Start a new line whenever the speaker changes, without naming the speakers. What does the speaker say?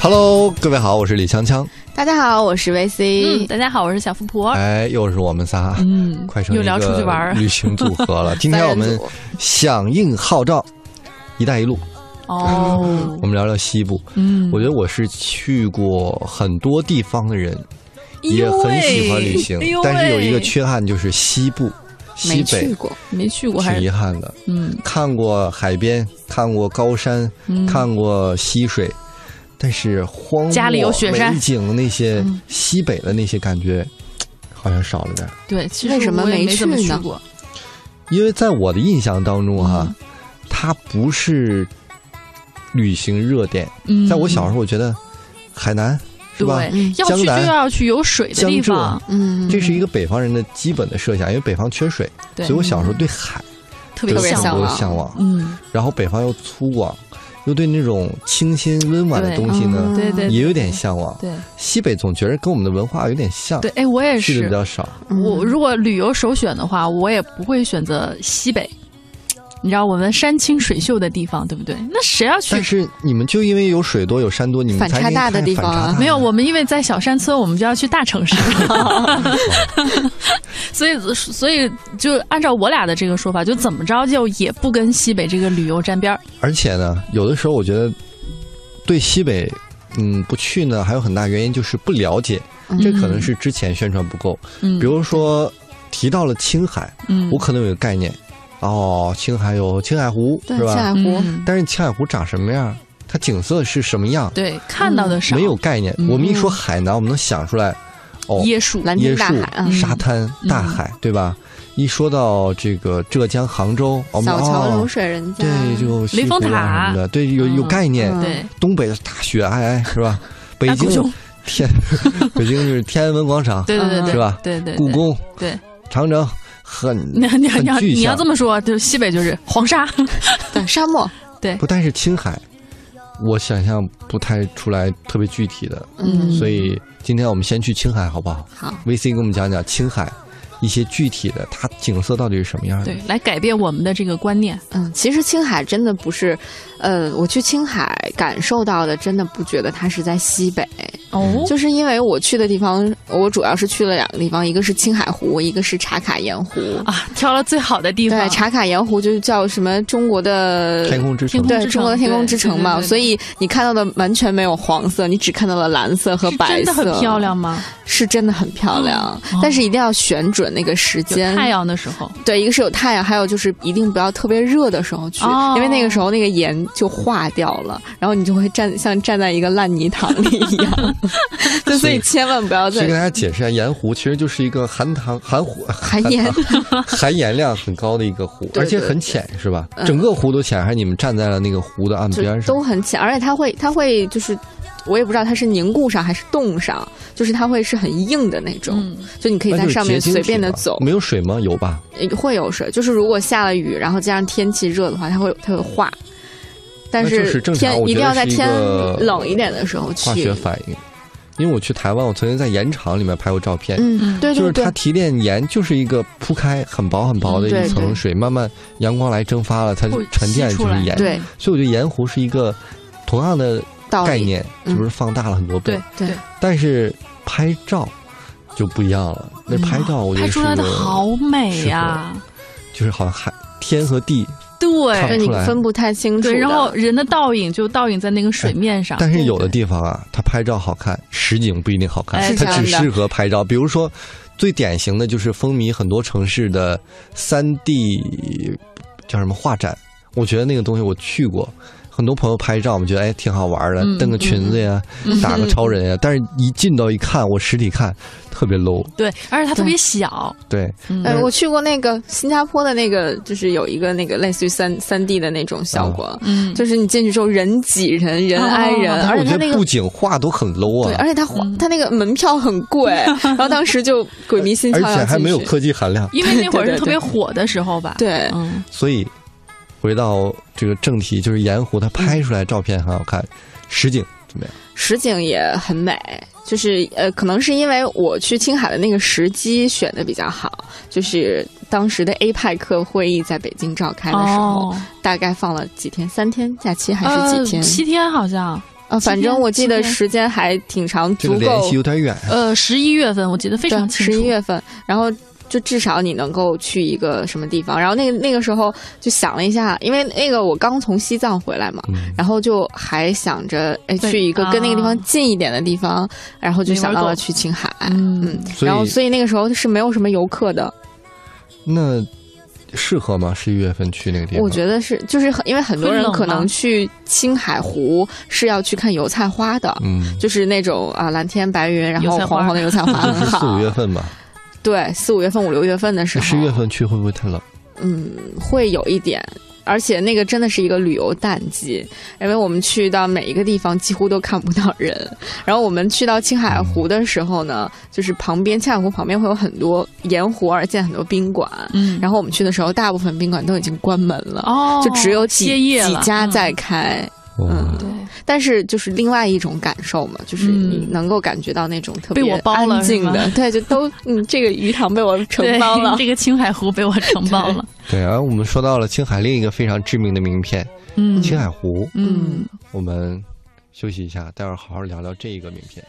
Hello，各位好，我是李锵锵。
大家好，我是 VC，、
嗯，大家好，我是小富婆。
哎，又是我们仨，
啊嗯
快成
又聊
一
出
个
去玩儿
旅行组合了。今天我
三人
们
组
响应号召，“一带一路”，
哦
我，们聊聊西部。
嗯
我觉得我是去过很多地方的人，也很喜欢旅行
哎呦，喂
但是有一个缺憾就是西部、西
没去
北
过，
没去过，还
挺遗
是
憾的。
嗯
看过海边，看过高山，
嗯，
看过溪水，但是荒漠、
家里有雪山
美景的那些
嗯
西北的那些感觉，好像少了点儿。
对，其
为
实
什么
我也
没
没
去
怎么去
呢
过？
因为在我的印象当中哈、
嗯
它不是旅行热点。
嗯，
在我小时候，我觉得海南是吧？
对，要
江
去就
南
要去有水的地方，
嗯，
这是一个北方人的基本的设想，因为北方缺水，
对嗯
所以，我小时候对海
特
有
别
特别
很
向
向
多
往。
的
往
向往。
嗯，
然后北方又粗犷，又对那种清新温婉的
对
东西呢，
嗯
对对
也有点向往。
对
西北总觉得跟我们的文化有点像，
对，哎，我也
去的比
是。
较少。
嗯
我如果旅游首选的话，我也不会选择西北。你知道我们山清水秀的地方，对不对？那谁要去
但是你们就因为有水多有山多，你们
反
才
差大的
应该
地方
反差
啊
大
没有，我们因为在小山村，我们就要去大城市，所以所以就按照我俩的这个说法，就怎么着就也不跟西北这个旅游沾边儿。
而且呢，有的时候我觉得对西北，嗯，不去呢，还有很大原因就是不了解，这可能是之前宣传不够。
嗯，
比如说提到了青海，
嗯，
我可能有个概念，哦，青海有青海湖
对
是
青
吧？
海湖，
嗯
但是青海湖长什么样，它景色是什么样，
对看到的少，
没有概念。
嗯
我们一说海南，我们能想出来，哦，
椰树，
蓝
椰
天大
树、
海
嗯
啊，
沙滩、大海，对吧？一说到这个浙江杭州，我们
小桥
哦
流水人家，
对，就西
雷峰
湖啊
塔
什么的，对，有有
嗯
概念。
嗯
对，
东北的大雪皑皑是吧？北
大
京啊
故
有
宫，
天， 北京就是天安门广场
对对对对，
是吧？
对对，对
故，宫、
对，
长城，很
你你你要
很具
你要
象嗯
这么说，就西北就是黄沙，
对沙漠，
不，但是青海，我想象不太出来特别具体的，
嗯，
所以今天我们先去青海好不好
好，
？VC 给我们讲讲青海一些具体的，它景色到底是什么样的
对？，来改变我们的这个观念。
嗯，其实青海真的不是，呃，我去青海感受到的，真的不觉得它是在西北，
嗯
哦，
就是因为我去的地方，我主要是去了两个地方，一个是青海湖，一个是茶卡盐湖。
啊，挑了最好的地
对，
方，
茶卡盐湖就叫什么中国的
天空之城
天，空
对
之
中国的
城
天空
对
之
对
城
对
嘛，
对对
所以你看到的完全没有黄色，你只看到了蓝色和
是
白
真
色，
的很漂，亮吗？
是真的很漂亮。
哦
但是一定要选准那个时
有
间，
太阳的时候，
对，一个是有太阳，还有就是一定不要特别热的时候去，
哦
因为那个时候那个盐就化掉了，然后你就会站像站在一个烂泥塘里一 样，就所以千万不要
所以
在
跟大家解释一下，盐湖其实就是一个含糖含湖
含盐，
含盐量很高的一个湖，
对
而且
对
很
对
浅，是吧？
嗯
整个湖都浅，还是你们站在了那个湖的岸
就
边上
都？很浅，而且它会它会就是。我也不知道它是凝固上还是冻上，就是它会是很硬的那种，
嗯，
就你可以
那
在
就是
上面
结晶
随便的
水吧
走，
没有水吗？有吧？
会有水，就是如果下了雨，然后加上天气热的话，它会它会化。但
那就是
是
正常
天
我
一
觉
定
得
要在
是一
天
个
冷一点的时候
化
去
学。反应。因为我去台湾，我曾经在盐场里面拍过照片，
嗯，对
就是
对
它
对，
提炼盐就是一个铺开很薄很薄的
嗯
对
一层水，慢慢阳光来蒸发了，它就
会
沉淀
吸出
就是
来
盐。
对
所以我觉得盐湖是一个同样的
道
概
理。
念，
嗯
是不是放大了很多倍
对？
对
但是拍照就不一样了，那
嗯
拍照我觉
拍
得是
出来的
个
好美呀、
就是好像海天和地，
对
对
你
出来
分不太清楚的。
对，然后人的倒影就倒影在那个水面上，
哎但是有的地方啊，它拍照好看，实景不一定好看，
哎
它
是这样
只
的
适合拍照。比如说，最典型的就是风靡很多城市的三 D 叫什么画展，我觉得那个东西我去过。很多朋友拍照，我们觉得哎挺好玩的，
嗯
蹬个裙子呀，打个超人呀，但是一进到一看，我实体看特别 low。
嗯对，而且它特别小，
对，
嗯
哎，我去过那个新加坡的那个，就是有一个那个类似于三三 D 的那种效果，
嗯，
就是你进去之后人挤人，人挨人，
哦
但
而
是
且
我
它
觉
那
得
个
布景画都很 low
对，
啊，
而且它花
嗯
它那个门票很 贵，然后当时就鬼迷心窍
而
要进去，
且还没有科技含量。
因为那会
对
儿
对
是
对
特别火的时候吧，
对
嗯，
所以回到这个正题，就是盐湖它拍出来照片很好看，实景怎么样？
实景也很美，就是呃，可能是因为我去青海的那个时机选的比较好，就是当时的 A 派克会议在北京召开的时候，
哦，
大概放了几天，三天假期还是
呃
几天？
七天好像，
呃啊，反正我记得时间还挺长，
这个
足
联
够
系有点远。
呃，十一月份我记得非常清楚。
十一月份，然后就至少你能够去一个什么地方。然后那个那个时候就想了一下，因为那个我刚从西藏回来嘛，
嗯，
然后就还想着哎
对
去一个跟那个地
啊
方近一点的地方，然后就
没玩
想到了
够
去青海。
嗯
嗯，
所以
然后所以那个时候是没有什么游客的，
那适合吗？十一月份去那个地方？
我觉得是就是很因为很多
会
人
冷
可
吗
能去青海湖是要去看油菜花的。
嗯，
就是那种啊，蓝天白云，然后
油菜花
黄黄的油菜花，
就
很
是四
好
五。月份吧，
对，四五月份、五六月份的时候，
十一月份去会不会太冷？
嗯，会有一点，而且那个真的是一个旅游淡季，因为我们去到每一个地方几乎都看不到人。然后我们去到青海湖的时候呢，就是旁边青海湖旁边会有很多沿湖而建很多宾馆，
嗯，
然后我们去的时候，大部分宾馆都已经关门了。
哦，
就只有几
歇业
几
了
家在
嗯
开，
哦
对，
但是就是另外一种感受嘛，就是
嗯
你能够感觉到那种特别
被我包了
安静的，对，就都嗯，这个鱼塘被我承
对
包了，
这个青海湖被我承包了。
对，而我们说到了青海另一个非常知名的名片
嗯，
青海湖，
嗯。
我们休息一下，待会儿好好聊聊这一个名片。